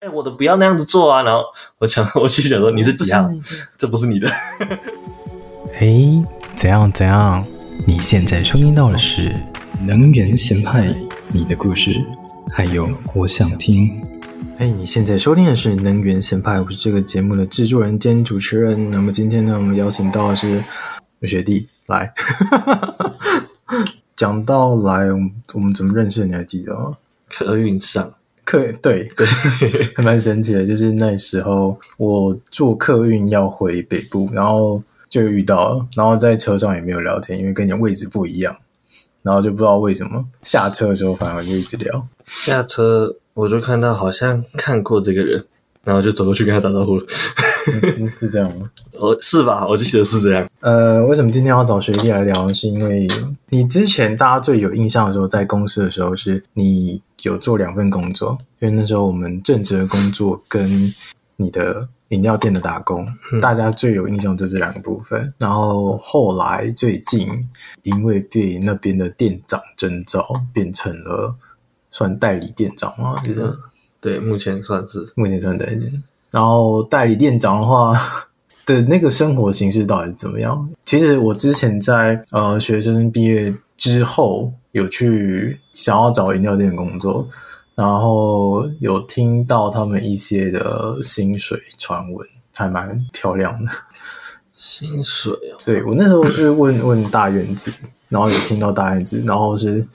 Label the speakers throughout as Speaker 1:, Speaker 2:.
Speaker 1: 哎、我的不要那样子做啊！然后我想， 我心想说你是几号？这不是你的。
Speaker 2: 诶，哎怎样怎样？你现在收听到的是《
Speaker 3: 能源咸派，你的故事，还有我想听。哎，你现在收听的是《能源咸派》，我是这个节目的制作人兼主持人。那么今天呢，我们邀请到的是学弟来。 讲到来，我们我们怎么认识？你还记得吗？
Speaker 1: 客运上，
Speaker 3: 客对对， 还蛮神奇的。就是那时候我坐客运要回北部，然后就遇到了，然后在车上也没有聊天，因为跟你位置不一样，然后就不知道为什么下车的时候反而就一直聊。
Speaker 1: 下车我就看到好像看过这个人，然后就走过去跟他打招呼了。
Speaker 3: 嗯是这样吗？
Speaker 1: 我是吧？我就记得是这样。
Speaker 3: 呃，为什么今天要找学弟来聊？是因为你之前大家最有印象的时候，在公司的时候，是你有做两份工作，因为那时候我们正职的工作跟你的饮料店的打工，大家最有印象就这两个部分。然后后来最近，因为被那边的店长征召，变成了算代理店长嘛，就是
Speaker 1: 嗯，对，目前算是
Speaker 3: 目前算代理店。然后代理店长的话 的那个生活形式到底是怎么样？其实我之前在呃学生毕业之后有去想要找饮料店工作，然后有听到他们一些的薪水传闻，还蛮漂亮的。
Speaker 1: 薪水哦，
Speaker 3: 对我那时候是问问大院子，然后有听到大院子，然后是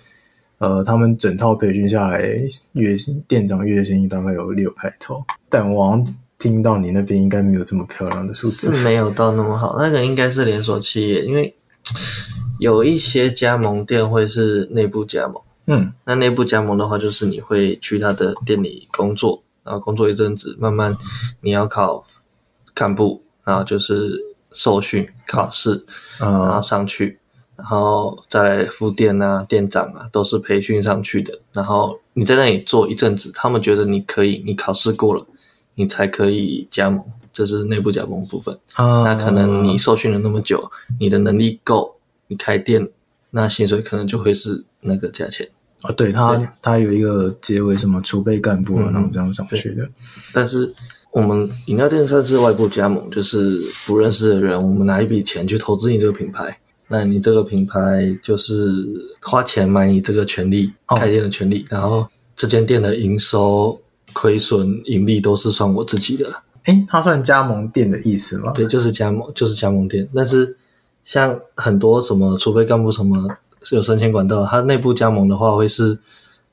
Speaker 3: 呃，他们整套培训下来，月薪店长月薪大概有六开头，但我好像听到你那边应该没有这么漂亮的数字
Speaker 1: 是，没有到那么好。那个应该是连锁企业，因为有一些加盟店会是内部加盟。
Speaker 3: 嗯，
Speaker 1: 那内部加盟的话，就是你会去他的店里工作，然后工作一阵子，慢慢你要考干部，然后就是受训考试，然后
Speaker 3: 呃，
Speaker 1: 上去，然后再来副店啊、店长啊，都是培训上去的。然后你在那里做一阵子，他们觉得你可以，你考试过了，你才可以加盟，这是内部加盟部分。那
Speaker 3: 那
Speaker 1: 可能你受训了那么久，你的能力够，你开店，那薪水可能就会是那个价钱。
Speaker 3: 啊，对他
Speaker 1: 对
Speaker 3: 他有一个结尾什么储备干部啊，
Speaker 1: 嗯
Speaker 3: 然后这样上去的，
Speaker 1: 但是我们饮料店算是外部加盟，就是不认识的人，我们拿一笔钱去投资你这个品牌。那你这个品牌就是花钱买你这个权利，
Speaker 3: 哦
Speaker 1: 开店的权利，然后这间店的营收、亏损、盈利都是算我自己的。
Speaker 3: 诶，他算加盟店的意思吗？
Speaker 1: 对，就是加盟，就是加盟店。但是像很多什么储备干部什么是有升迁管道，它内部加盟的话，会是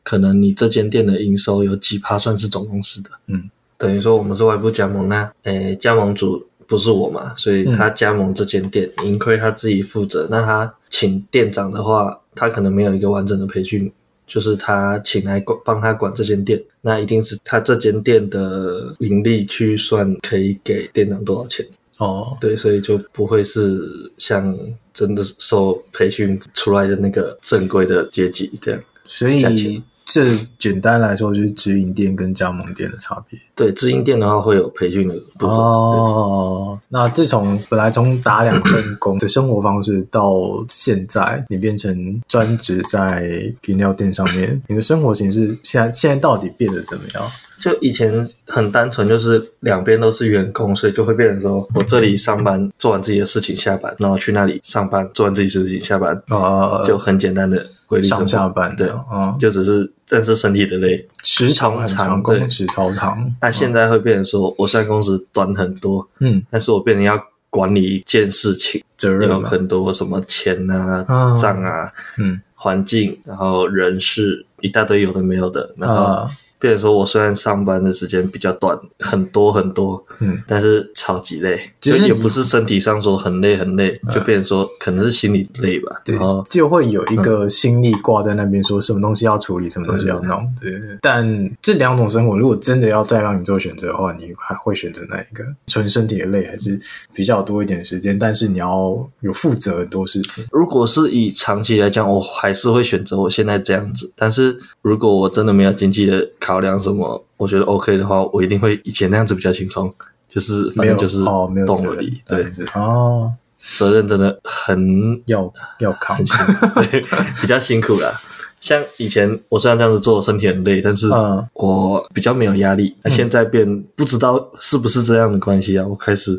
Speaker 1: 可能你这间店的营收有几趴算是总公司的。
Speaker 3: 嗯，
Speaker 1: 等于说我们是外部加盟，那诶加盟主不是我嘛，所以他加盟这间店，盈亏他自己负责。那他请店长的话，他可能没有一个完整的培训。就是他请来管帮他管这间店，那一定是他这间店的盈利去算可以给店长多少钱。
Speaker 3: 哦，
Speaker 1: 对，所以就不会是像真的受培训出来的那个正规的阶级这样。
Speaker 3: 所
Speaker 1: 价
Speaker 3: 以
Speaker 1: 钱
Speaker 3: 这简单来说就是直营店跟加盟店的差别。
Speaker 1: 对，直营店的话会有培训的部分。
Speaker 3: 哦，那自从本来从打两份工的生活方式到现在，你变成专职在饮料店上面，你的生活形式现在现在到底变得怎么样？
Speaker 1: 对，就以前很单纯，就是两边都是员工，所以就会变成说我这里上班做完自己的事情下班，然后去那里上班做完自己的事情下班，
Speaker 3: 呃，
Speaker 1: 就很简单的规律生活
Speaker 3: 上下班
Speaker 1: 对，
Speaker 3: 嗯，
Speaker 1: 就只是但是身体的累。
Speaker 3: 时长很
Speaker 1: 长
Speaker 3: 长，
Speaker 1: 对
Speaker 3: 工时超长。
Speaker 1: 那现在会变成说，我虽然工时短很多，
Speaker 3: 嗯，
Speaker 1: 但是我变成要管理一件事情。
Speaker 3: 责任
Speaker 1: 有
Speaker 3: 嘛，
Speaker 1: 很多什么钱啊
Speaker 3: 啊、
Speaker 1: 账啊、
Speaker 3: 嗯
Speaker 1: 环境，然后人事一大堆有的没有的，然后
Speaker 3: 啊，
Speaker 1: 变成说我虽然上班的时间比较短，很多很多，
Speaker 3: 嗯，
Speaker 1: 但是超级累，
Speaker 3: 就
Speaker 1: 就是也
Speaker 3: 你
Speaker 1: 不是身体上说很累很累，就变成说可能是心里累吧，
Speaker 3: 啊对
Speaker 1: 然后，
Speaker 3: 就会有一个
Speaker 1: 嗯
Speaker 3: 心力挂在那边，说什么东西要处理，什么东西要弄。对，对对但这两种生活，如果真的要再让你做选择的话，你还会选择哪一个？纯身体的累还是比较多一点时间，但是你要有负责很多事情。
Speaker 1: 如果是以长期来讲，我还是会选择我现在这样子。但是如果我真的没有经济的考量什么，我觉得 OK 的话，我一定会以前那样子比较轻松，就是反
Speaker 3: 没有
Speaker 1: 正就是
Speaker 3: 哦，没有
Speaker 1: 动
Speaker 3: 责
Speaker 1: 而
Speaker 3: 任
Speaker 1: 已。对，
Speaker 3: 是哦，
Speaker 1: 责任真的很
Speaker 3: 要要扛
Speaker 1: 很。辛苦，对，比较辛苦啦。像以前我虽然这样子做，身体很累，但是
Speaker 3: 嗯
Speaker 1: 我比较没有压力。那、现在变不知道是不是这样的关系啊，我开始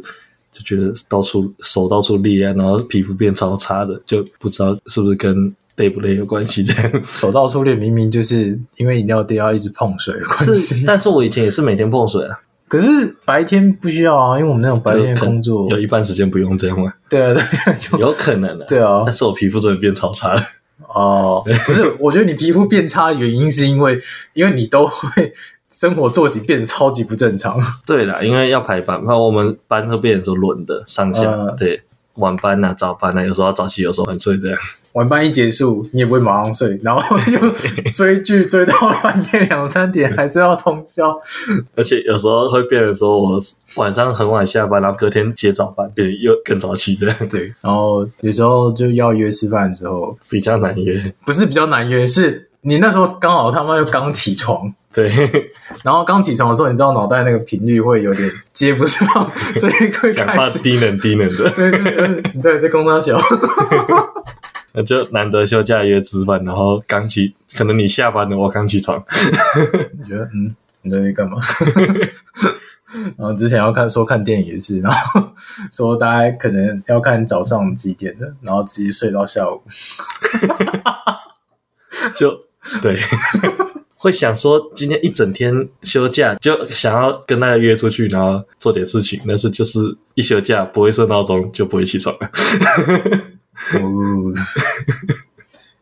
Speaker 1: 就觉得到处手到处裂啊，然后皮肤变超差的，就不知道是不是跟累不累有关系这样。
Speaker 3: 手到触裂明明就是因为饮料店要一直碰水的关
Speaker 1: 是，
Speaker 3: 系，
Speaker 1: 但是我以前也是每天碰水啊，
Speaker 3: 可是白天不需要啊，因为我们那种白天的工作，
Speaker 1: 有一半时间不用这样嘛，
Speaker 3: 对啊，对啊，就
Speaker 1: 有可能的、啊。
Speaker 3: 对啊
Speaker 1: 但，是我皮肤真的变超差了，
Speaker 3: 哦，不是，我觉得你皮肤变差的原因是因为，因为你都会生活作息变得超级不正常，
Speaker 1: 对啦，因为要排班，那我们班会变成说轮的上下，
Speaker 3: 嗯
Speaker 1: 对，晚班呐、早班啊呐、有时候要早起，有时候晚睡这样。
Speaker 3: 晚班一结束你也不会马上睡，然后又追剧追到半夜两三点，还追到 通宵，
Speaker 1: 而且有时候会变成说我晚上很晚下班，然后隔天接早班，变得又更早起，这样
Speaker 3: 对，然后有时候就要约吃饭的时候，
Speaker 1: 比较难约。
Speaker 3: 不是比较难约，是你那时候刚好他妈又刚起床，
Speaker 1: 对，
Speaker 3: 然后刚起床的时候，你知道脑袋那个频率会有点接不上，所以会
Speaker 1: 讲
Speaker 3: 开
Speaker 1: 话
Speaker 3: 始
Speaker 1: 低能低能的，
Speaker 3: 对对对对，在公交小。
Speaker 1: 那就难得休假约吃饭，然后刚起，可能你下班了，我刚起床，
Speaker 3: 你觉得嗯，你在那干嘛？ 然后之前要看说看电影也是，然后说大家可能要看早上几点的，然后直接睡到下午。
Speaker 1: 就 对。会想说今天一整天休假，就想要跟大家约出去，然后做点事情。但是就是一休假不会设闹钟，就不会起床了。
Speaker 3: 哦，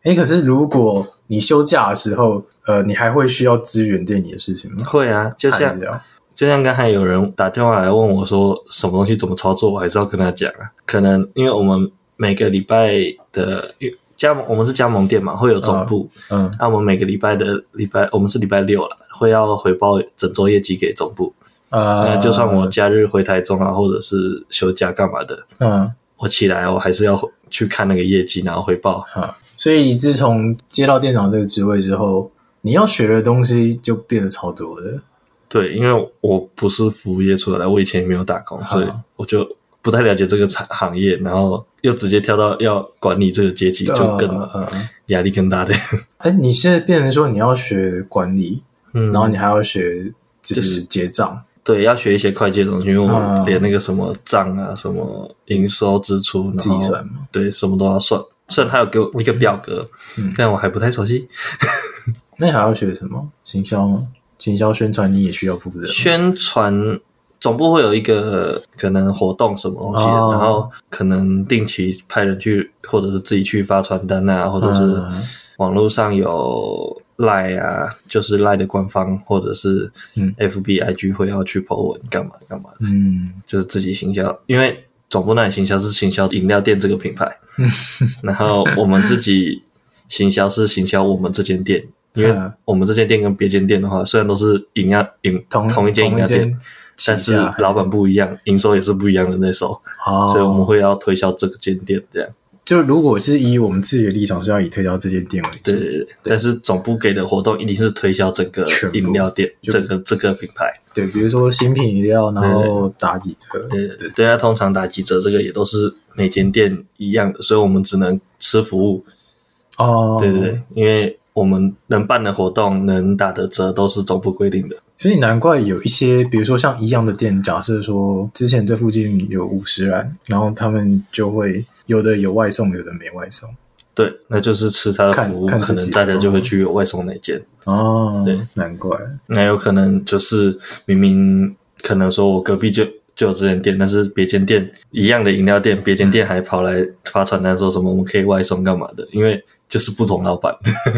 Speaker 3: 哎，可是如果你休假的时候，呃，你还会需要支援店里的事情吗？
Speaker 1: 会啊，就
Speaker 3: 还
Speaker 1: 像
Speaker 3: 是要
Speaker 1: 就像刚才有人打电话来问我说什么东西怎么操作，我还是要跟他讲啊。可能因为我们每个礼拜的因为加盟，我们是加盟店嘛，会有总部。
Speaker 3: 嗯
Speaker 1: 那、我们每个礼拜的礼拜，我们是礼拜六了，会要回报整周业绩给总部。那
Speaker 3: 呃，
Speaker 1: 就算我假日回台中啊，或者是休假干嘛的，
Speaker 3: 嗯
Speaker 1: 我起来我还是要去看那个业绩，然后汇报。
Speaker 3: 好，所以自从接到店长这个职位之后，你要学的东西就变得超多的。
Speaker 1: 对，因为我不是服务业出来的，我以前也没有打工，
Speaker 3: 好
Speaker 1: 所以我就不太了解这个产行业，然后又直接跳到要管理这个阶级，就更
Speaker 3: 呃呃呃
Speaker 1: 压力更大 的。
Speaker 3: 哎，你是变成说你要学管理，
Speaker 1: 嗯，
Speaker 3: 然后你还要学就
Speaker 1: 就是是
Speaker 3: 结账，
Speaker 1: 对要学一些会计的东西，因为
Speaker 3: 嗯
Speaker 1: 我连那个什么账啊、什么营收支出，然后
Speaker 3: 自己算嘛。
Speaker 1: 对，什么都要算。虽然他有给我一个表格，
Speaker 3: 嗯
Speaker 1: 但我还不太熟悉。
Speaker 3: 那你还要学什么？行销吗？行销宣传你也需要负责吗。
Speaker 1: 宣传总部会有一个可能活动什么东西的，
Speaker 3: 哦
Speaker 1: 然后可能定期派人去，或者是自己去发传单啊，或者是
Speaker 3: 嗯
Speaker 1: 网络上有赖啊，就是赖的官方或者是
Speaker 3: 嗯
Speaker 1: FB、IG 会要去 po 文干嘛干嘛的，
Speaker 3: 嗯，
Speaker 1: 就是自己行销，因为总部那里行销是行销饮料店这个 品牌，然后我们自己行销是行销我们这间店。因为
Speaker 3: 嗯
Speaker 1: 我们这间店跟别间店的话，虽然都是饮料饮
Speaker 3: 同
Speaker 1: 同一间饮
Speaker 3: 同
Speaker 1: 料
Speaker 3: 一
Speaker 1: 店
Speaker 3: 间，旗下，
Speaker 1: 但是老板不一样，营收也是不一样的那时候，
Speaker 3: 哦，
Speaker 1: 所以我们会要推销这个间店这样。
Speaker 3: 就如果是以我们自己的立场是要以推销这间店为主，
Speaker 1: 对对对，但是总部给的活动一定是推销整个
Speaker 3: 全部
Speaker 1: 饮料店，
Speaker 3: 就
Speaker 1: 整个这个品牌。
Speaker 3: 对，比如说新品饮料，然后打几折，
Speaker 1: 对对对，啊，通常打几折这个也都是每间店一样的，所以我们只能吃服务。
Speaker 3: 哦，
Speaker 1: 对对对，因为我们能办的活动、能打的折都是总部规定的。
Speaker 3: 所以难怪有一些，比如说像一样的店，假设说之前这附近有五十人，然后他们就会有的有外送，有的没外送。
Speaker 1: 对，那就是吃他的
Speaker 3: 看
Speaker 1: 服务，
Speaker 3: 看
Speaker 1: 可
Speaker 3: 自
Speaker 1: 能
Speaker 3: 己
Speaker 1: 大家就会去外送那间。
Speaker 3: 哦，
Speaker 1: 对，
Speaker 3: 难怪
Speaker 1: 那有可能就是明明可能说我隔壁就就有这间店，但是别间店一样的饮料店，别间店还跑来发传单说什么我们可以外送干嘛的，因为就是不同老板，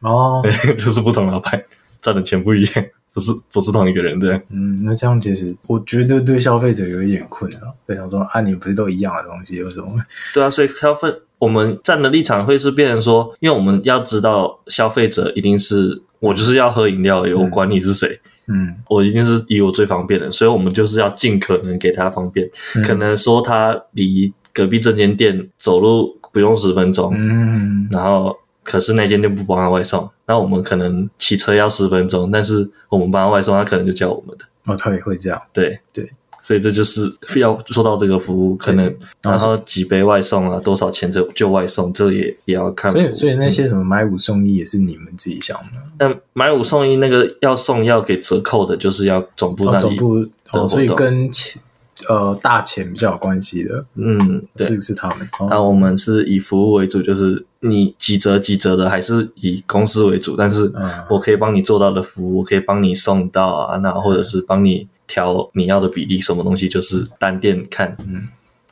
Speaker 3: 哦，
Speaker 1: 就是不同老板赚的钱不一样，不是不是同一个人这样。
Speaker 3: 嗯，那这样其实我觉得对消费者有一点困扰，会想说啊，你不是都一样的东西，为什么？
Speaker 1: 对啊，所以消费我们站的立场会是变成说，因为我们要知道消费者一定是我就是要喝饮料而已，我管你是谁，
Speaker 3: 嗯，
Speaker 1: 我一定是以我最方便的，所以我们就是要尽可能给他方便。
Speaker 3: 嗯
Speaker 1: 可能说他离隔壁这间店走路不用十分钟，
Speaker 3: 嗯，
Speaker 1: 然后可是那间店不帮他外送，那我们可能骑车要十分钟，但是我们帮他外送，他可能就叫我们的。
Speaker 3: 哦，他也会这样，
Speaker 1: 对
Speaker 3: 对，
Speaker 1: 所以这就是要做到这个服务，可能然后几杯外送啊，多少钱就就外送，这也也要看服
Speaker 3: 所
Speaker 1: 务。
Speaker 3: 以所以那些什么买五送一也是你们自己想的，
Speaker 1: 那买五送一那个要送要给折扣的，就是要总部那
Speaker 3: 哦，
Speaker 1: 里。
Speaker 3: 总部
Speaker 1: 活
Speaker 3: 哦，所以
Speaker 1: 动
Speaker 3: 跟钱呃大钱比较有关系的，
Speaker 1: 嗯，对。
Speaker 3: 是是他们。
Speaker 1: 那
Speaker 3: 哦，
Speaker 1: 啊我们是以服务为主，就是你几折几折的，还是以公司为主？但是
Speaker 3: 嗯
Speaker 1: 我可以帮你做到的服务，我可以帮你送到啊，那或者是帮你调你要的比例，什么东西就是单店看。
Speaker 3: 嗯，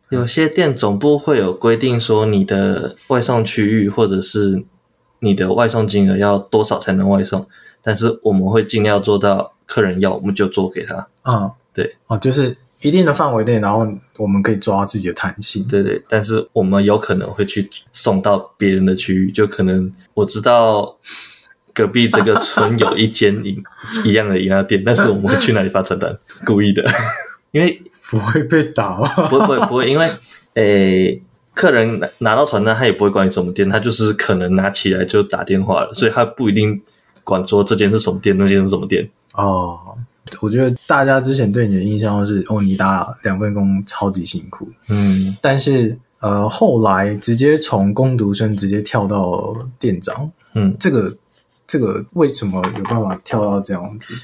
Speaker 1: 有些店总部会有规定说，你的外送区域或者是你的外送金额要多少才能外送，但是我们会尽量做到客人要我们就做给他。
Speaker 3: 啊，
Speaker 1: 对，
Speaker 3: 哦，就是一定的范围内，然后我们可以抓自己的弹性。
Speaker 1: 对对，但是我们有可能会去送到别人的区域，就可能我知道隔壁这个村有一间饮一样的饮料店，但是我们会去那里发传单，故意的，因为
Speaker 3: 不会被打吗？
Speaker 1: 不会不会不会，因为诶。客人拿拿到传单，他也不会管你什么店，他就是可能拿起来就打电话了，所以他不一定管说这间是什么店，那间是什么店。
Speaker 3: 哦，我觉得大家之前对你的印象都是哦，你打两份工超级辛苦，
Speaker 1: 嗯，
Speaker 3: 但是呃，后来直接从工读生直接跳到店长，
Speaker 1: 嗯
Speaker 3: 这个这个为什么有办法跳到这样子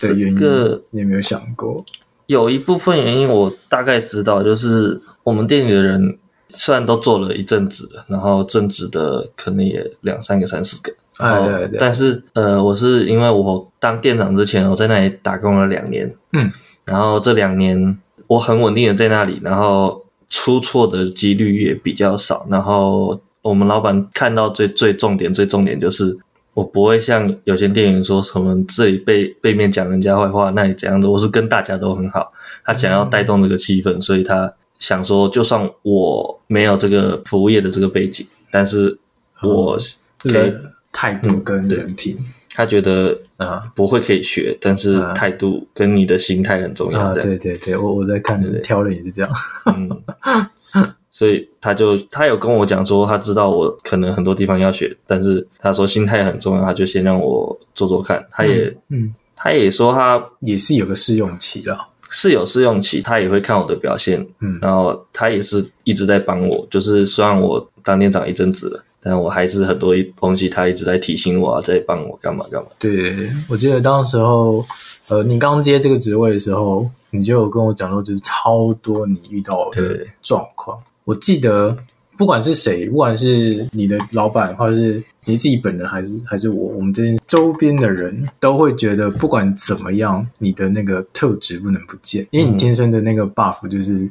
Speaker 3: 的原因，
Speaker 1: 这个
Speaker 3: 你有没有想过？
Speaker 1: 有一部分原因我大概知道，就是我们店里的人虽然都做了一阵子了，然后正职的可能也两三个、三四个，
Speaker 3: 哎
Speaker 1: 然后
Speaker 3: 对对
Speaker 1: 哦但是呃，我是因为我当店长之前，我在那里打工了两年，
Speaker 3: 嗯，
Speaker 1: 然后这两年我很稳定的在那里，然后出错的几率也比较少，然后我们老板看到最最重点最重点就是我不会像有些店员说什么这里背背面讲人家坏话，那里怎样子，我是跟大家都很好。他想
Speaker 3: 嗯
Speaker 1: 要带动这个气氛，所以他想说，就算我没有这个服务业的这个背景，但是
Speaker 3: 嗯
Speaker 1: 我可以，
Speaker 3: 人态
Speaker 1: 嗯
Speaker 3: 度跟人品
Speaker 1: 他觉得
Speaker 3: 啊
Speaker 1: 不会可以学，但是
Speaker 3: 啊
Speaker 1: 态度跟你的心态很重
Speaker 3: 啊，
Speaker 1: 要，这样，
Speaker 3: 对对对，我我在看
Speaker 1: 对对
Speaker 3: 挑人也是这样，
Speaker 1: 嗯。 所以他就他有跟我讲说，他知道我可能很多地方要学，但是他说心态很重要，他就先让我做做看。他也、
Speaker 3: 嗯，
Speaker 1: 他也说他
Speaker 3: 也是有个试用期啦，
Speaker 1: 是有试用期，他也会看我的表现，
Speaker 3: 嗯
Speaker 1: 然后他也是一直在帮我，就是虽然我当店长一阵子了，但我还是很多东西他一直在提醒我啊，在帮我干嘛干嘛。
Speaker 3: 对，我记得当时候，呃，你刚接这个职位的时候，你就有跟我讲到，就是超多你遇到的
Speaker 1: 对
Speaker 3: 状况。我记得，不管是谁，不管是你的老板，或者是你自己本人，还是还是我，我们这些周边的人都会觉得，不管怎么样，你的那个特质不能不见，因为你
Speaker 1: 嗯
Speaker 3: 天生的那个 buff 就是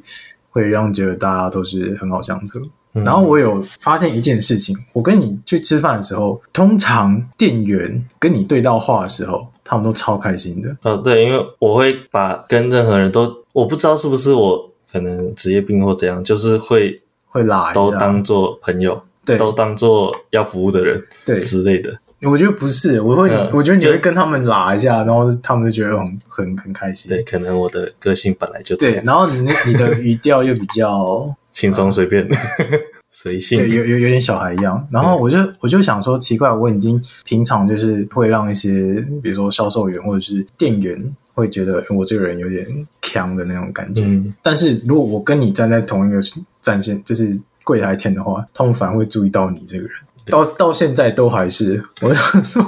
Speaker 3: 会让觉得大家都是很好相处。
Speaker 1: 嗯
Speaker 3: 然后我有发现一件事情，我跟你去吃饭的时候，通常店员跟你对到话的时候，他们都超开心的。
Speaker 1: 呃，对，因为我会把跟任何人都，我不知道是不是我可能职业病或怎样，就是会
Speaker 3: 会拉一下
Speaker 1: 都当做朋友，
Speaker 3: 哎对
Speaker 1: 都当做要服务的人，
Speaker 3: 对
Speaker 1: 之类的。
Speaker 3: 我觉得不是，我会，
Speaker 1: 嗯
Speaker 3: 我觉得你会跟他们拉一下，然后他们就觉得很很很开心。
Speaker 1: 对，可能我的个性本来就这
Speaker 3: 对
Speaker 1: 样，
Speaker 3: 然后你你的语调又比 较
Speaker 1: 轻松随便，随性
Speaker 3: 对，。有有有点小孩一样。然后我就我就想说，奇怪，我已经平常就是会让一些，比如说销售员或者是店员会觉得呃我这个人有点强的那种感觉。
Speaker 1: 嗯
Speaker 3: 但是如果我跟你站在同一个战线，就是柜台前的话，他们反而会注意到你这个人。到到现在都还是，我想说，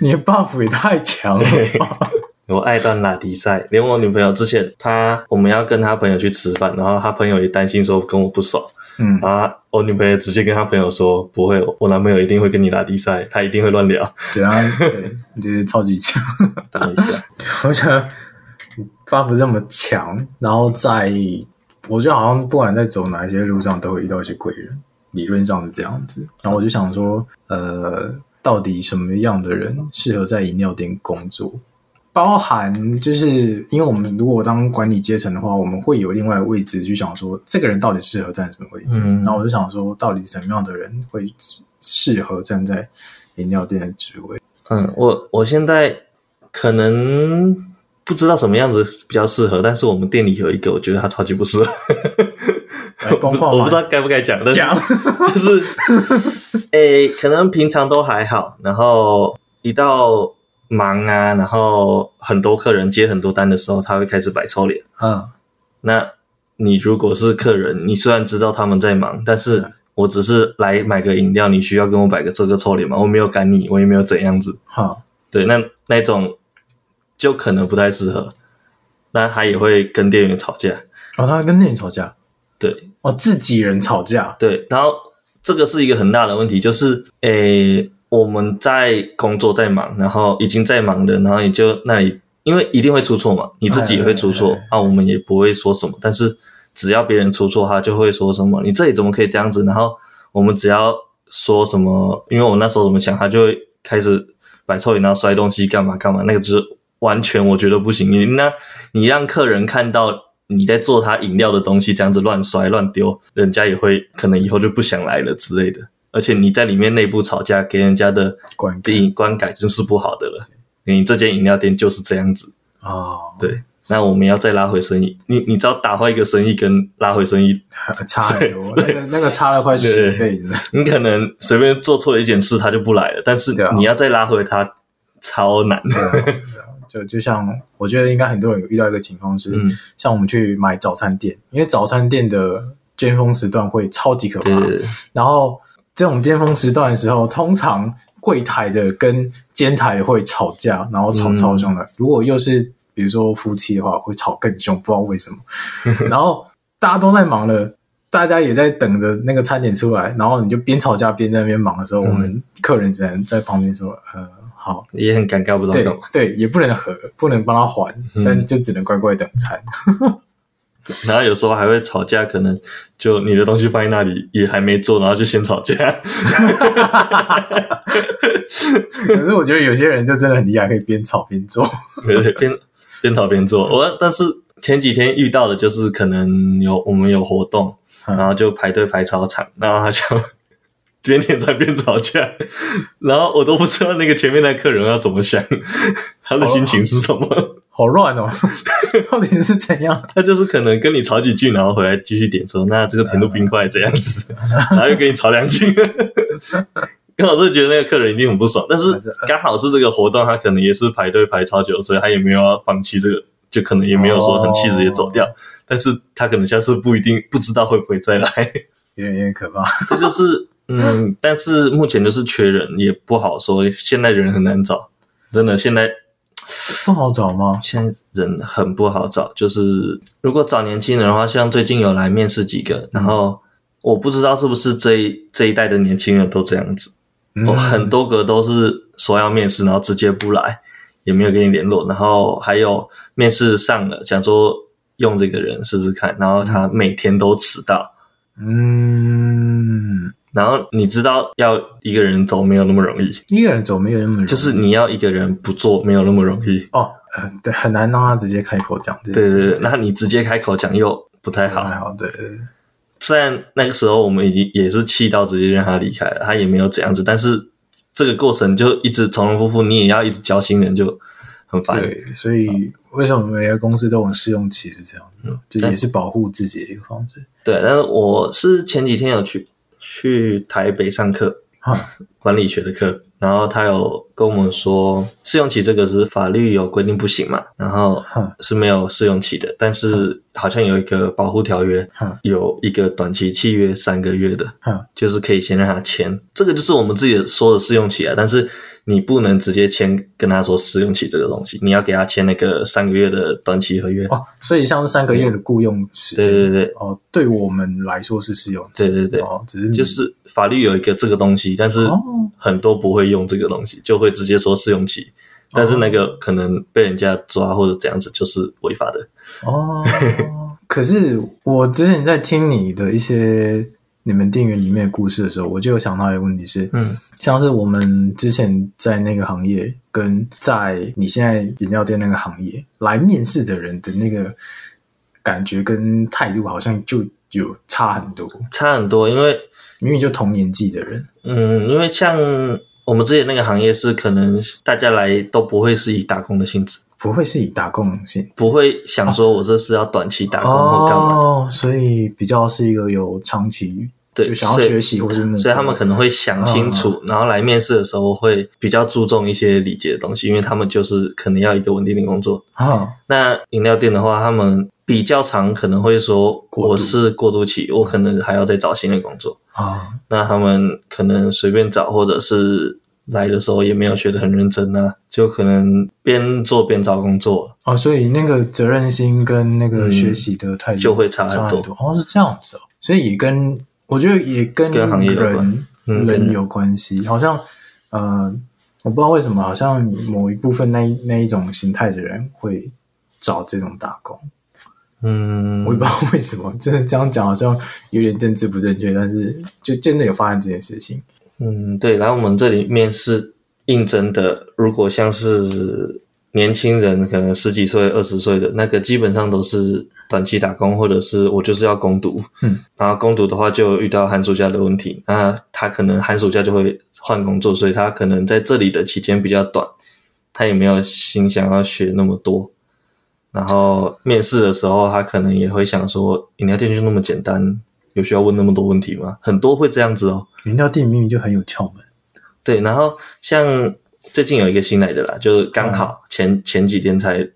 Speaker 3: 你的 buff 也太强了吧？
Speaker 1: 我爱断拉迪赛，连我女朋友之前，她我们要跟她朋友去吃饭，然后她朋友也担心说跟我不熟，
Speaker 3: 嗯，
Speaker 1: 然后她我女朋友直接跟她朋友说不会，我男朋友一定会跟你拉迪赛，他一定会乱聊。
Speaker 3: 对啊，对，你这超级强。
Speaker 1: 等一下，
Speaker 3: 我觉得巴布这么强，然后在我觉得好像不管在走哪一些路上，都会遇到一些贵人，理论上是这样子。然后我就想说，呃，到底什么样的人适合在饮料店工作？包含就是因为我们如果当管理阶层的话，我们会有另外的位置去想说，这个人到底适合站什么位置？
Speaker 1: 嗯
Speaker 3: 然后我就想说，到底什么样的人会适合站在饮料店的职 位？
Speaker 1: 嗯，我我现在可能不知道什么样子比较适合，但是我们店里有一个，我觉得他超级不适合，
Speaker 3: 来光哎话
Speaker 1: 我
Speaker 3: 嘛
Speaker 1: 不知道该不该讲，但是
Speaker 3: 讲
Speaker 1: 就是，诶、可能平常都还好，然后一到忙啊，然后很多客人接很多单的时候，他会开始摆臭脸。
Speaker 3: 嗯，
Speaker 1: 那你如果是客人，你虽然知道他们在忙，但是我只是来买个饮料，你需要跟我摆个这个臭脸吗？我没有赶你，我也没有怎样子。
Speaker 3: 好，
Speaker 1: 对，那那种就可能不太适合。那他也会跟店员吵架。
Speaker 3: 哦，他会跟店员吵架，
Speaker 1: 对
Speaker 3: 哦，自己人吵架，
Speaker 1: 对，然后这个是一个很大的问题，就是诶，我们在工作在忙，然后已经在忙了，然后你就那里，因为一定会出错嘛，你自己也会出错
Speaker 3: 哎哎
Speaker 1: 啊，我们也不会说什么，但是只要别人出错，他就会说什么你这里怎么可以这样子？然后我们只要说什么，因为我那时候怎么想，他就会开始摆臭脸，然后摔东西干嘛干嘛，那个就是完全我觉得不行，你那你让客人看到。你在做他饮料的东西，这样子乱摔乱丢，人家也会可能以后就不想来了之类的。而且你在里面内部吵架，给人家的
Speaker 3: 观感
Speaker 1: 第一观感就是不好的了。你这间饮料店就是这样子，
Speaker 3: 哦，
Speaker 1: 对。那我们要再拉回生意，你你知道打坏一个生意跟拉回生意，
Speaker 3: 差很多，那个那个差了快十倍呢，
Speaker 1: 你可能随便做错了一件事，他就不来了。但是
Speaker 3: 对啊
Speaker 1: 你要再拉回他，超难。
Speaker 3: 就就像我觉得应该很多人有遇到一个情况是，
Speaker 1: 嗯
Speaker 3: 像我们去买早餐店，因为早餐店的尖峰时段会超级可怕
Speaker 1: 对，对对
Speaker 3: 然后这种尖峰时段的时候，通常柜台的跟煎台的会吵架，然后吵
Speaker 1: 嗯
Speaker 3: 超凶的。如果又是比如说夫妻的话，会吵更凶，不知道 为什么。然后大家都在忙了。大家也在等着那个餐点出来，然后你就边吵架边在那边忙的时候，
Speaker 1: 嗯
Speaker 3: 我们客人只能在旁边说：“呃，好，
Speaker 1: 也很尴尬，不知道
Speaker 3: 对
Speaker 1: 干嘛。
Speaker 3: 对，也不能和，不能帮他还，
Speaker 1: 嗯
Speaker 3: 但就只能乖乖等餐。
Speaker 1: 然后有时候还会吵架，可能就你的东西放在那里也还没做，然后就先吵架。
Speaker 3: 可是我觉得有些人就真的很厉害，可以边吵边做。
Speaker 1: 对对，边边讨边做。我但是前几天遇到的就是可能有我们有活动，
Speaker 3: 嗯
Speaker 1: 然后就排队排操场，然后他就 边点餐边吵架，然后我都不知道那个前面的客人要怎么想，他的心情是什么。
Speaker 3: 好乱 哦，到底是怎样？
Speaker 1: 他就是可能跟你吵几句，然后回来继续点说，那这个甜度冰块怎样子， 然后又跟你吵两句。 刚好是觉得那个客人一定很不爽，但是刚好是这个活动，他可能也是排队排超久，所以他也没有要放弃这个，就可能也没有说很气直接走掉，但是他可能下次不一定不知道会不会再来，
Speaker 3: 有点有点可怕。
Speaker 1: 这就是嗯，但是目前就是缺人，也不好说，现在人很难找，真的现在
Speaker 3: 不好找吗？
Speaker 1: 现在人很不好找，就是如果找年轻人的话，像最近有来面试几个，然后我不知道是不是这一这一代的年轻人都这样子，
Speaker 3: 嗯
Speaker 1: 我很多个都是说要面试，然后直接不来，也没有跟你联络，然后还有面试上了，想说用这个人试试看，然后他每天都迟到，
Speaker 3: 嗯，
Speaker 1: 然后你知道要一个人走没有那么容易，
Speaker 3: 一个人走没有那么容易
Speaker 1: 就是你要一个人不做没有那么容易，
Speaker 3: 哦，呃对，很难让他直接开口讲这件
Speaker 1: 对
Speaker 3: 事。
Speaker 1: 对对，那你直接开口讲又不太好。
Speaker 3: 还好，对对对，
Speaker 1: 虽然那个时候我们已经也是气到直接让他离开了，他也没有怎样子，但是这个过程就一直重重复复，你也要一直教新人，就很烦。
Speaker 3: 对，所以为什么每个公司都有试用期是这样子？就也
Speaker 1: 嗯但
Speaker 3: 是保护自己的一个方式。
Speaker 1: 对，但是我是前几天有去去台北上课，
Speaker 3: 哈，
Speaker 1: 管理学的课，然后他有跟我们说，试用期这个是法律有规定不行嘛，然后
Speaker 3: 嗯
Speaker 1: 是没有试用期的，但是好像有一个保护条约
Speaker 3: 嗯，
Speaker 1: 有一个短期契约三个月的
Speaker 3: 嗯，
Speaker 1: 就是可以先让他签，这个就是我们自己说的试用期啊，但是你不能直接签跟他说试用期这个东西，你要给他签那个三个月的短期合约。
Speaker 3: 哦，所以像三个月的雇佣时间，
Speaker 1: 对对对
Speaker 3: 哦，对我们来说是试用期，
Speaker 1: 对对对
Speaker 3: 哦，只是你
Speaker 1: 就是法律有一个这个东西，但是
Speaker 3: 哦
Speaker 1: 很多不会用这个东西，就会直接说试用期。但是那个可能被人家抓或者怎样子，就是违法的。
Speaker 3: 哦， 可是我之前在听你的一些你们店员里面的故事的时候，我就有想到一个问题是，
Speaker 1: 嗯，
Speaker 3: 像是我们之前在那个行业跟在你现在饮料店那个行业来面试的人的那个感觉跟态度，好像就有差很多。
Speaker 1: 差很多，因为
Speaker 3: 明明就同年纪的人，
Speaker 1: 嗯，因为像我们之前那个行业是可能大家来都不会是以打工的性质，
Speaker 3: 不会是以打工性
Speaker 1: 不会
Speaker 3: 哦
Speaker 1: 想说我这是要短期打工或干嘛。
Speaker 3: 哦，所以比较是一个有长期
Speaker 1: 对
Speaker 3: 就想要
Speaker 1: 所以
Speaker 3: 学习或是目标
Speaker 1: 所以他们可能会想清
Speaker 3: 嗯
Speaker 1: 楚，然后来面试的时候会比较注重一些礼节的东西，因为他们就是可能要一个稳定的工作。
Speaker 3: 啊，
Speaker 1: 那饮料店的话，他们比较常可能会说
Speaker 3: 过渡
Speaker 1: 我是过渡期，我可能还要再找新的工作。
Speaker 3: 啊，
Speaker 1: 那他们可能随便找，或者是来的时候也没有学得很认真啊，就可能边做边找工作，
Speaker 3: 哦，所以那个责任心跟那个
Speaker 1: 嗯
Speaker 3: 学习的态度
Speaker 1: 就会差很
Speaker 3: 差
Speaker 1: 多
Speaker 3: 很多。哦，是这样子哦，所以也跟我觉得也跟
Speaker 1: 跟行业有关
Speaker 3: 人
Speaker 1: 嗯跟
Speaker 3: 人
Speaker 1: 人
Speaker 3: 有关系，好像呃，我不知道为什么，好像某一部分那一那一种形态的人会找这种打工，
Speaker 1: 嗯，
Speaker 3: 我也不知道为什么，真的这样讲好像有点政治不正确，但是就真的有发生这件事情。
Speaker 1: 嗯，对。然后我们这里面试应征的，如果像是年轻人，可能十几岁、二十岁的那个，基本上都是短期打工，或者是我就是要攻读。
Speaker 3: 嗯，
Speaker 1: 然后攻读的话，就遇到寒暑假的问题。那他可能寒暑假就会换工作，所以他可能在这里的期间比较短，他也没有心想要学那么多。然后面试的时候，他可能也会想说：饮料店就那么简单，有需要问那么多问题吗？很多会这样子哦。
Speaker 3: 饮料店明明就很有窍门，
Speaker 1: 对，然后像最近有一个新来的啦，就是刚好前、前几天才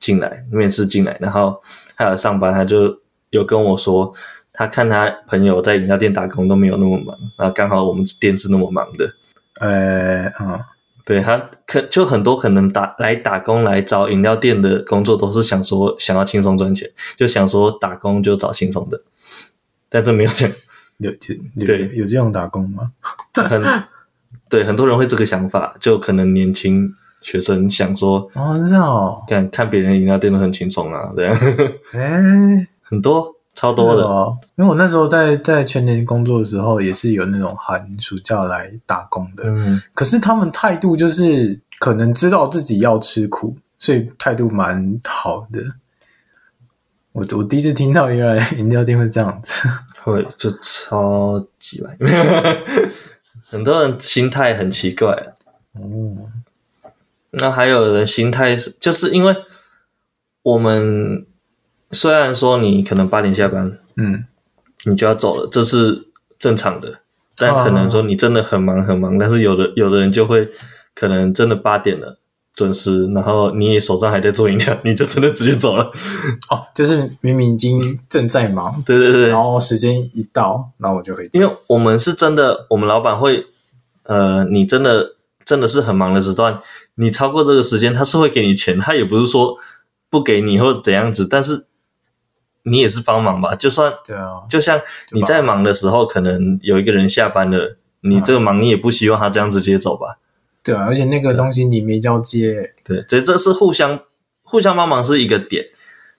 Speaker 1: 进来面试进来，然后他有上班，他就有跟我说，他看他朋友在饮料店打工都没有那么忙，然后刚好我们店是那么忙的，
Speaker 3: 呃，嗯，
Speaker 1: 对他可就很多可能打来打工来找饮料店的工作，都是想说想要轻松赚钱，就想说打工就找轻松的，但是没有想
Speaker 3: 有有有
Speaker 1: 对
Speaker 3: 有这种打工吗？
Speaker 1: 很对很多人会这个想法，就可能年轻学生想说。
Speaker 3: 哦，是哦，
Speaker 1: 看看别人饮料店都很轻松啊，这样
Speaker 3: 哎。
Speaker 1: 很多超多的，
Speaker 3: 哦，因为我那时候在在全年工作的时候，也是有那种寒暑假来打工的，
Speaker 1: 嗯，
Speaker 3: 可是他们态度就是可能知道自己要吃苦，所以态度蛮好的。我我第一次听到原来饮料店会这样子，
Speaker 1: 会就超级白， 很多人心态很奇怪。
Speaker 3: 哦，
Speaker 1: 那还有人心态是，就是因为我们虽然说你可能八点下班，
Speaker 3: 嗯，
Speaker 1: 你就要走了，这是正常的。但可能说你真的很忙很忙，但是有的有的人就会可能真的八点了准时，然后你也手上还在做饮料，你就真的直接走了。
Speaker 3: 哦，就是明明已经正在忙，
Speaker 1: 对对对，
Speaker 3: 然后时间一到，那我就会
Speaker 1: 因为我们是真的，我们老板会，呃，你真的真的是很忙的时段，你超过这个时间，他是会给你钱，他也不是说不给你或怎样子，但是你也是帮忙吧，就算
Speaker 3: 对啊，
Speaker 1: 就像你在忙的时候，可能有一个人下班了，你这个忙你也不希望他这样直接走吧，
Speaker 3: 对啊，而且那个东西你没交接，
Speaker 1: 对，所以这是互相互相帮忙是一个点，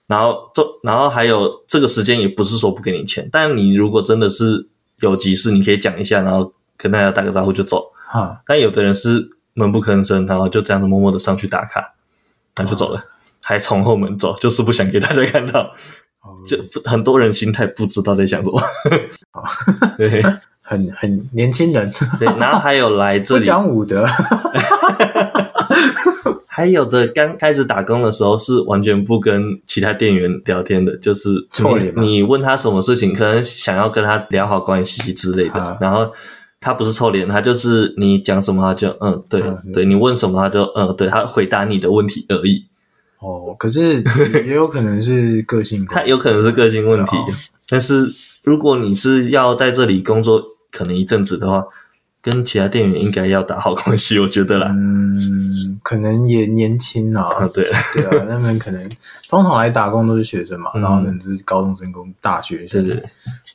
Speaker 1: 然后做，然后还有这个时间也不是说不给你钱，但你如果真的是有急事，你可以讲一下，然后跟大家打个招呼就走。
Speaker 3: 哈，
Speaker 1: 但有的人是闷不吭声，然后就这样子默默的上去打卡，然后就走了， 还从后门走，就是不想给大家看到。
Speaker 3: 哦
Speaker 1: 就不很多人心态不知道在想什么。 对对，
Speaker 3: 很很年轻 人，
Speaker 1: 然后还有来这
Speaker 3: 不
Speaker 1: 里，
Speaker 3: 讲武德，
Speaker 1: 还有的刚开始打工的时候是完全不跟其他店员聊天的，就是
Speaker 3: 臭脸
Speaker 1: 你
Speaker 3: 吗
Speaker 1: 你问他什么事情，可能想要跟他聊好关系之类
Speaker 3: 啊
Speaker 1: 的，然后他不是臭脸，他就是你讲什么他就嗯对
Speaker 3: 啊
Speaker 1: 对，你问什么他就嗯对，他回答你的问题而已，
Speaker 3: 哦，可是也 有可能是个性关
Speaker 1: 他
Speaker 3: 系，
Speaker 1: 有可能是个性问题
Speaker 3: 对啊，
Speaker 1: 但是如果你是要在这里工作可能一阵子的话，跟其他店员应该要打好关系，我觉得啦，
Speaker 3: 嗯，可能也年 轻
Speaker 1: 啊
Speaker 3: 啊，
Speaker 1: 对，
Speaker 3: 对啊，他们可能通常来打工都是学生嘛，
Speaker 1: 嗯
Speaker 3: 然后可能就是高中生工大学
Speaker 1: 对
Speaker 3: 生，
Speaker 1: 对，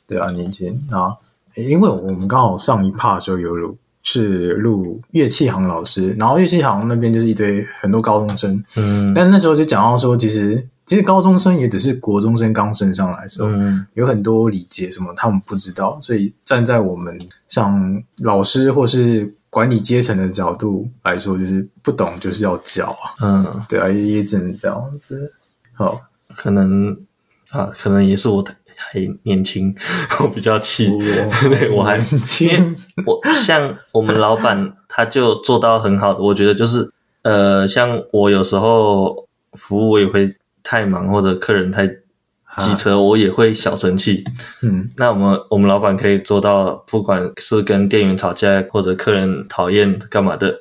Speaker 3: 对啊，年轻啊，诶因为我们刚好上一趴的时候有录是录乐器行老师，然后乐器行那边就是一堆很多高中生，
Speaker 1: 嗯
Speaker 3: 但那时候就讲到说，其实其实高中生也只是国中生刚升上来的时候，
Speaker 1: 嗯
Speaker 3: 有很多礼节什么他们不知道，所以站在我们像老师或是管理阶层的角度来说，就是不懂就是要教啊，
Speaker 1: 嗯。
Speaker 3: 对啊，也也只能这样子。好，
Speaker 1: 可能啊，可能也是我太还年轻， 我比较气，
Speaker 3: 我
Speaker 1: 对我还
Speaker 3: 年轻
Speaker 1: 因为我像我们老板，他就做到很好的，我觉得就是呃，像我有时候服务我也会太忙，或者客人太机车，我也会小生气。
Speaker 3: 嗯，
Speaker 1: 那我们我们老板可以做到，不管是跟店员吵架或者客人讨厌干嘛的，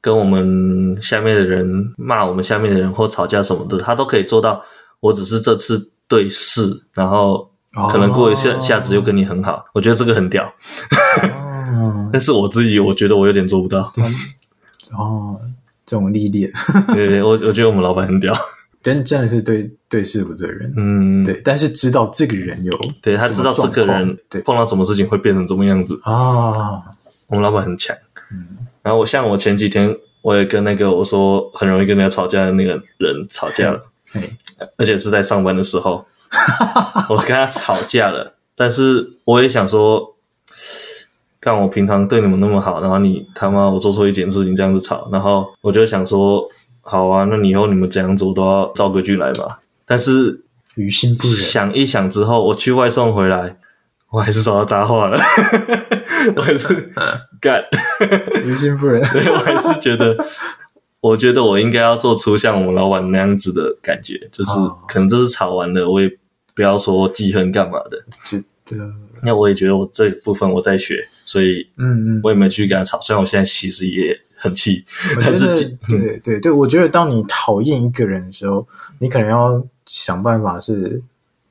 Speaker 1: 跟我们下面的人骂我们下面的人或吵架什么的，他都可以做到。我只是这次对视，然后可能过一下、
Speaker 3: 哦
Speaker 1: 下子又跟你很好，我觉得这个很屌。
Speaker 3: 哦
Speaker 1: 但是我自己我觉得我有点做不 到。
Speaker 3: 哦，这种历练，
Speaker 1: 对对对，我我觉得我们老板很屌。
Speaker 3: 真真的是对对事不对人，
Speaker 1: 嗯，
Speaker 3: 对，但是知道这个人有
Speaker 1: 对，他
Speaker 3: 什
Speaker 1: 知
Speaker 3: 么
Speaker 1: 道这个
Speaker 3: 状况
Speaker 1: 人
Speaker 3: 对
Speaker 1: 碰到什么事情会变成什么样子。
Speaker 3: 啊，
Speaker 1: 我们老板很强。
Speaker 3: 嗯
Speaker 1: 然后我像我前几天我也跟那个我说很容易跟人家吵架的那个人吵架了，
Speaker 3: 嘿，
Speaker 1: 而且是在上班的时候， 我跟他吵架了。但是我也想说，看我平常对你们那么好，然后你他妈我做错一点事情这样子吵，然后我就想说，好啊，那以后你们怎样做都要照规矩来吧。但是
Speaker 3: 于心不忍，
Speaker 1: 想一想之后，我去外送回来，我还是找他搭话了， 我还是干，
Speaker 3: 于心不忍，
Speaker 1: 对我还是觉得，我觉得我应该要做出像我们老板那样子的感觉，就是
Speaker 3: 哦
Speaker 1: 可能这是吵完了，我也不要说记恨干嘛的。
Speaker 3: 觉得，
Speaker 1: 那我也觉得我这部分我在学，所以
Speaker 3: 嗯嗯，
Speaker 1: 我也没有去跟他吵。虽然我现在其实也很气，
Speaker 3: 我
Speaker 1: 他
Speaker 3: 觉
Speaker 1: 自
Speaker 3: 得
Speaker 1: 己
Speaker 3: 对对对，我觉得当你讨厌一个人的时候，你可能要想办法是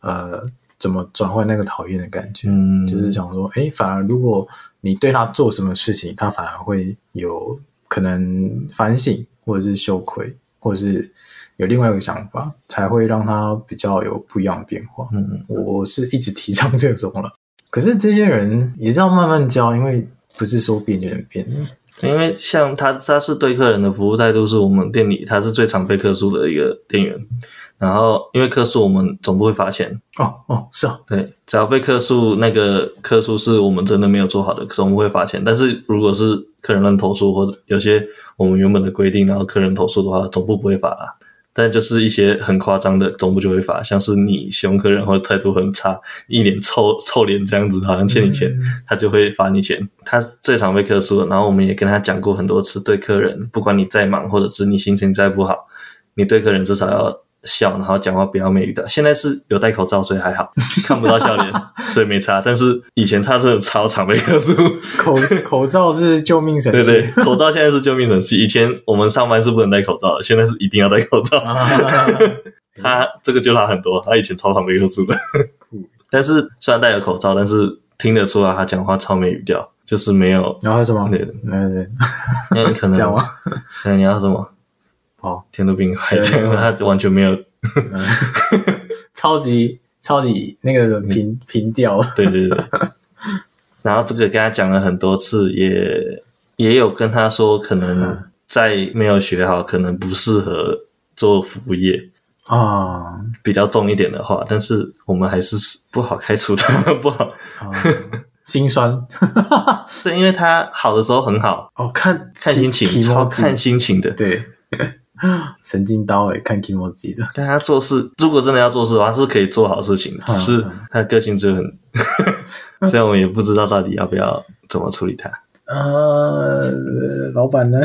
Speaker 3: 呃怎么转换那个讨厌的感觉，
Speaker 1: 嗯，
Speaker 3: 就是想说，哎，反而如果你对他做什么事情，他反而会有可能反省，或者是羞愧，或者是有另外一个想法，才会让他比较有不一样的变化。
Speaker 1: 嗯，
Speaker 3: 我是一直提倡 这种了，可是这些人也是要慢慢教，因为不是说变就能变。
Speaker 1: 因为像他，他是对客人的服务态度是我们店里他是最常被客诉的一个店员。然后因为客诉我们总部会罚钱，
Speaker 3: 哦哦，是啊，
Speaker 1: 对，只要被客诉，那个客诉是我们真的没有做好的，总会罚钱。但是如果是客人乱投诉，或者有些我们原本的规定，然后客人投诉的话，总部不会罚啦。但就是一些很夸张的，总部就会罚，像是你凶客人或者态度很差，一脸臭臭脸这样子，好像欠你钱，
Speaker 3: 嗯
Speaker 1: 他就会罚你钱。他最常被客诉的，然后我们也跟他讲过很多次，对客人，不管你再忙，或者是你心情再不好，你对客人至少要笑，然后讲话不要美语的。现在是有戴口罩，所以还好，看不到笑脸，所以没差。但是以前他是超常被客诉，
Speaker 3: 口口罩是救命神器。
Speaker 1: 对对，口罩现在是救命神器。以前我们上班是不能戴口罩的，现在是一定要戴口罩。
Speaker 3: 啊，
Speaker 1: 他这个就拉很多，他以前超常被客诉的。
Speaker 3: 酷
Speaker 1: 但是虽然戴了口罩，但是听得出来他讲话超没语调，就是没有。
Speaker 3: 然后还有什么？
Speaker 1: 对
Speaker 3: 对对，
Speaker 1: 那可能
Speaker 3: 这样吗？
Speaker 1: 嗯，你要什么？嗯
Speaker 3: 好，
Speaker 1: 天都冰块，
Speaker 3: 对
Speaker 1: 他完全没有。
Speaker 3: 超级超级那个
Speaker 1: 嗯
Speaker 3: 平平调，
Speaker 1: 对对对。然后这个跟他讲了很多次，也也有跟他说，可能在没有学好，可能不适合做服务业，
Speaker 3: 啊
Speaker 1: 比较重一点的话。但是我们还是不好开除他， 不好。
Speaker 3: 啊，心酸
Speaker 1: 对，因为他好的时候很好，
Speaker 3: 哦，看
Speaker 1: 看心情，
Speaker 3: Kimoji
Speaker 1: 超看心情的。
Speaker 3: 对， 神经刀哎，看 emoji 的，
Speaker 1: 但他做事，如果真的要做事的话，是可以做好事情的，只
Speaker 3: 嗯
Speaker 1: 是他个性就 很，所以我们也不知道到底要不要怎么处理他。
Speaker 3: 呃，老板呢？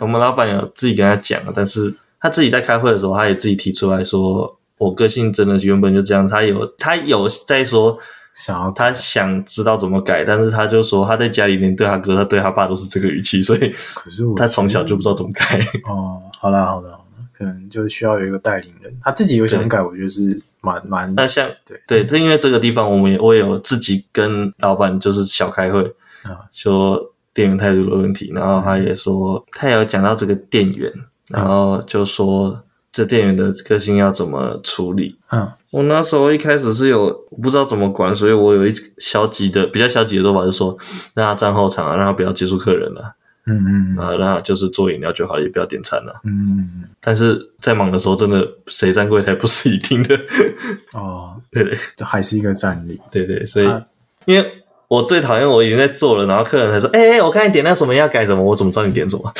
Speaker 1: 我们老板有自己跟他讲，但是他自己在开会的时候，他也自己提出来说，我个性真的原本就这样。他有他有在说，
Speaker 3: 想要
Speaker 1: 他想知道怎么改，但是他就说他在家里连对他哥、他对他爸都是这个语气，所以
Speaker 3: 可是我
Speaker 1: 他从小就不知道怎么改。
Speaker 3: 哦，好啦好啦好啦，可能就需要有一个带领人，他自己有想改，我觉得是蛮蛮
Speaker 1: 那像
Speaker 3: 对
Speaker 1: 对，这因为这个地方，我们也我也有自己跟老板就是小开会
Speaker 3: 啊，
Speaker 1: 说店员态度的问题，然后他也说，他也有讲到这个店员，然后就说这店员的个性要怎么处理。
Speaker 3: 嗯
Speaker 1: 我那时候一开始是有我不知道怎么管，所以我有一消极的比较消极的做法，是说让他站后场啊，让他不要接触客人了、
Speaker 3: 嗯嗯
Speaker 1: 啊，让他就是做饮料就好，也不要点餐了、
Speaker 3: 嗯
Speaker 1: 但是在忙的时候，真的谁站柜台不是一定的，
Speaker 3: 哦，
Speaker 1: 对对
Speaker 3: 这还是一个战力
Speaker 1: 对对，所以、
Speaker 3: 啊
Speaker 1: 因为我最讨厌我已经在做了，然后客人还说：“哎、我刚才点那什么要改什么，我怎么知道你点什么？”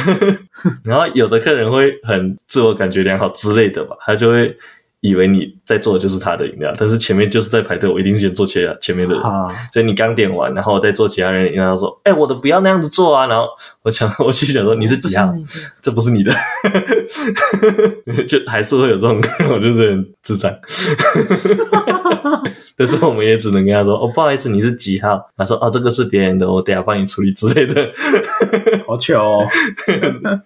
Speaker 1: 然后有的客人会很自我感觉良好之类的吧，他就会以为你在做的就是他的饮料，但是前面就是在排队，我一定先做其他前面的人。
Speaker 3: 啊，
Speaker 1: 所以你刚点完，然后我再做其他人的饮料，他说：“哎、我的不要那样子做啊。”然后我想， 我心想说：“你是几号？这不是你的。” 就还是会有这种 人，我就觉得很智障。 但是我们也只能跟他说：“哦，不好意思，你是几号？”他说：“哦，这个是别人的，我等一下帮你处理之类的。”
Speaker 3: 好糗哦！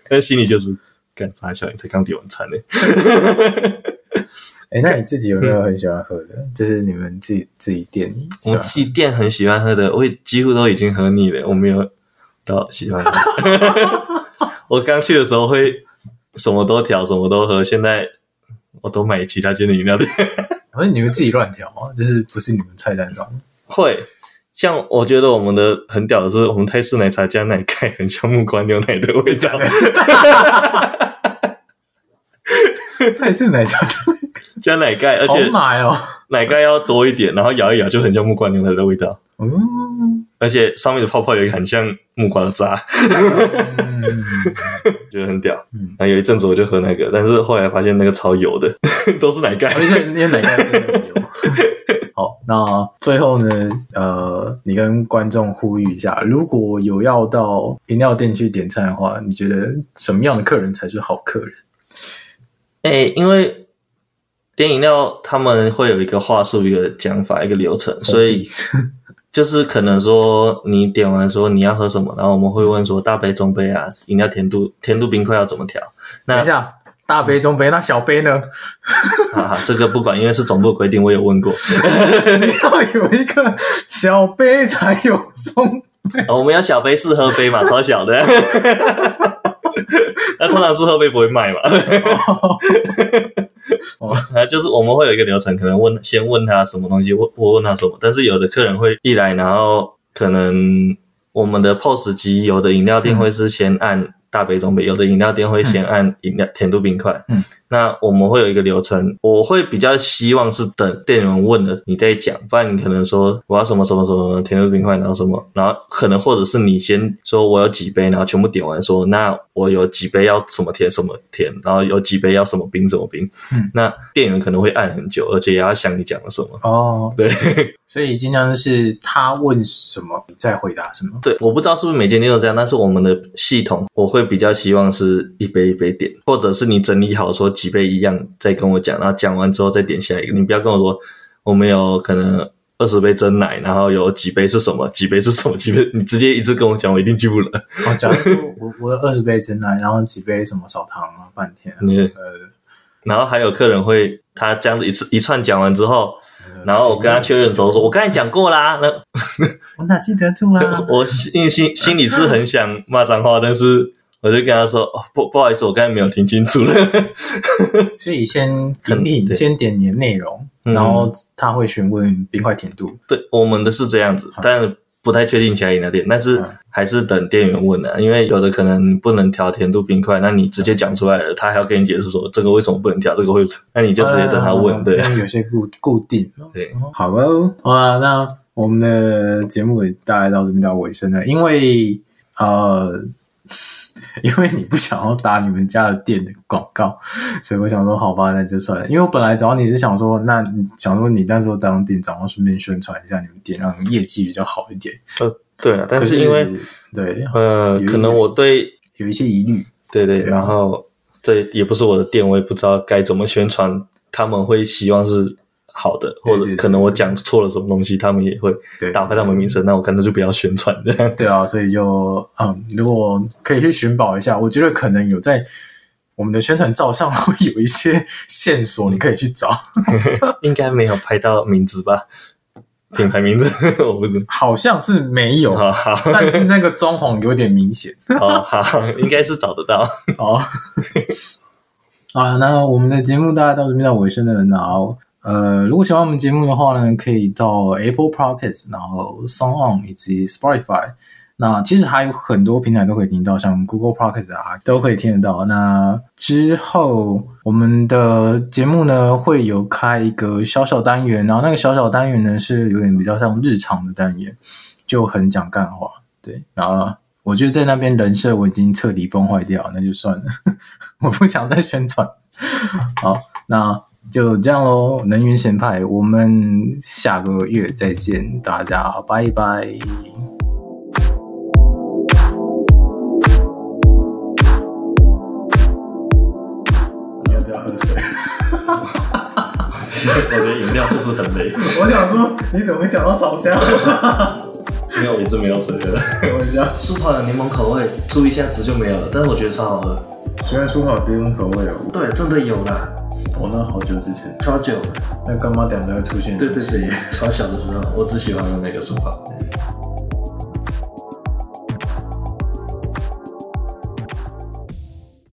Speaker 1: 但心里就是干啥小，你才刚点完餐呢、
Speaker 3: 哎，那你自己有没有很喜欢喝的？就是你们自己自己店里
Speaker 1: 嗯我
Speaker 3: 喜欢
Speaker 1: 们
Speaker 3: 喝
Speaker 1: 自己店很喜欢喝的，我也几乎都已经喝腻了，我没有到喜欢喝。 我刚去的时候会什么都调，什么都喝，现在我都买其他间的饮料店。
Speaker 3: 好像你们自己乱调啊，就是不是你们 菜单上的
Speaker 1: 会，像我觉得我们的很屌的是，我们泰式奶茶加奶盖很像木瓜牛奶的味 道。
Speaker 3: 泰式奶茶，
Speaker 1: 加奶盖，而
Speaker 3: 好
Speaker 1: 且
Speaker 3: 买哦。
Speaker 1: 奶盖要多一点，然后摇一摇就很像木瓜牛奶的味道，
Speaker 3: 嗯，
Speaker 1: 而且上面的泡泡有一个很像木瓜的渣。
Speaker 3: 嗯
Speaker 1: 觉得很屌。
Speaker 3: 嗯
Speaker 1: 然后有一阵子我就喝那个，但是后来发现那个超油的， 都是奶盖。
Speaker 3: 而且那奶盖真的 有。好，那最后呢，呃，你跟观众呼吁一下，如果有要到饮料店去点餐的话，你觉得什么样的客人才是好客人？
Speaker 1: 哎、因为点饮料他们会有一个话术、一个讲法、一个流程，所以 就是可能说你点完说你要喝什么，然后我们会问说大杯、中杯啊，饮料甜度、甜度冰块要怎么调？
Speaker 3: 等一下，大杯、中杯，那小杯 呢？
Speaker 1: 哈哈，这个不管，因为是总部规定，我有问过。
Speaker 3: 你要有一个小杯才有中，
Speaker 1: 哦我们要小杯试喝杯嘛，超小的。 那通常试喝杯不会卖嘛？
Speaker 3: 哦
Speaker 1: 啊，就是我们会有一个流程，可能问先问他什么东西，我我问他什么，但是有的客人会一来，然后可能我们的 POS 机有的饮料店会是先按大杯、中杯，有的饮料店会先按饮料甜度冰块。
Speaker 3: 嗯，
Speaker 1: 那我们会有一个流程，我会比较希望是等店员问了你再讲，不然你可能说我要什么什么什么甜度冰块，然后什么，然后可能或者是你先说我有几杯，然后全部点完说那我有几杯要什么甜什么甜，然后有几杯要什么冰什么冰，
Speaker 3: 嗯
Speaker 1: 那店员可能会按很久，而且也要想你讲了什么。
Speaker 3: 哦，
Speaker 1: 对
Speaker 3: 所以尽量是他问什么，你再回答什么。
Speaker 1: 对，我不知道是不是每间店都这样，但是我们的系统我会比较希望是一杯一杯点，或者是你整理好说几杯一样再跟我讲，然后讲完之后再点下一个。你不要跟我说我们有可能二十杯真奶，然后有几杯是什么，几杯是什么，几杯你 直接一直跟我讲，我一定记不了。
Speaker 3: 哦，假如说我 我二十杯真奶，然后几杯什么少糖啊，半天啊、
Speaker 1: 对
Speaker 3: 呃，
Speaker 1: 然后还有客人会他这样子一次一串讲完之后，
Speaker 3: 呃
Speaker 1: 然后我跟他确认之后说，我刚才讲过啦，那
Speaker 3: 我哪记得 住啊？
Speaker 1: 我心心心里是很想骂脏话，但是我就跟他说：“哦，不不好意思，我刚才没有听清楚了。
Speaker 3: 所以先
Speaker 1: 肯
Speaker 3: 饮品
Speaker 1: 对
Speaker 3: 先点你的内容，
Speaker 1: 嗯
Speaker 3: 然后他会询问冰块甜度。
Speaker 1: 对，我们的是这样子，但不太确定其他饮料店，但是
Speaker 3: 嗯
Speaker 1: 还是等店员问的、啊因为有的可能不能调甜度冰块，那你直接讲出来了，他还要跟你解释说这个为什么不能调，这个会， 那你就直接等他问，
Speaker 3: 嗯
Speaker 1: 对
Speaker 3: 因为有些固固定嘛。
Speaker 1: 对。
Speaker 3: 好哦，好啊，那我们的节目也大概到这边到尾声了，因为呃， 因为你不想要打你们家的店的广告，所以我想说，好吧，那就算了。因为我本来找你是想说，那你想说你那时候当店长，然后顺便宣传一下你们店，让业绩比较好一点。
Speaker 1: 对啊，但
Speaker 3: 可
Speaker 1: 是因为
Speaker 3: 对
Speaker 1: 呃
Speaker 3: 有一，
Speaker 1: 可能
Speaker 3: 点
Speaker 1: 我对
Speaker 3: 有一些疑虑，
Speaker 1: 对对，
Speaker 3: 对啊
Speaker 1: 然后对也不是我的店，我也不知道该怎么宣传，他们会希望是好的，
Speaker 3: 对
Speaker 1: 或
Speaker 3: 对
Speaker 1: 者
Speaker 3: 对
Speaker 1: 可能我讲错了什么东西，他们也会
Speaker 3: 对，
Speaker 1: 打坏他们名声，那我干脆就不要宣传这样。
Speaker 3: 对啊，所以就嗯，如果可以去寻宝一下，我觉得可能有在我们的宣传照上会有一些线索，你可以去找。
Speaker 1: 应该没有拍到名字吧？品牌名字 我不知道。
Speaker 3: 好像是没有，
Speaker 1: 好好
Speaker 3: 但是那个装潢有点明显。
Speaker 1: 好好，应该是找得到。
Speaker 3: 哦， 啊，那我们的节目大概到这边到尾声了。然后，呃，如果喜欢我们节目的话呢，可以到 Apple Podcast，然后 s o n g On 以及 Spotify。那其实还有很多平台都可以听到，像 Google Podcast 啊，都可以听得到。那之后我们的节目呢会有开一个小小单元，然后那个小小单元呢是有点比较像日常的单元，就很讲干话。对，然后我觉得在那边人设我已经 嗯彻底崩坏掉，那就算了，我不想再宣传。好，那就这样喽，能源显派，我们下个月再见，大家拜拜。你要不要喝水？
Speaker 1: 我的饮料就是很累，
Speaker 3: 我想说，你怎么会讲到烧香？
Speaker 1: 因为我一直没有水喝。
Speaker 3: 我一 下，
Speaker 1: 苏跑的柠檬口味出一下子就没有了，但是我觉得超好喝。
Speaker 3: 虽然说好别种口味哦，
Speaker 1: 对，真的有啦，
Speaker 3: 我那好久之前，
Speaker 1: 超久了。
Speaker 3: 那干妈点才会出现。
Speaker 1: 对对对，超小的时候我只喜欢用那个苏跑。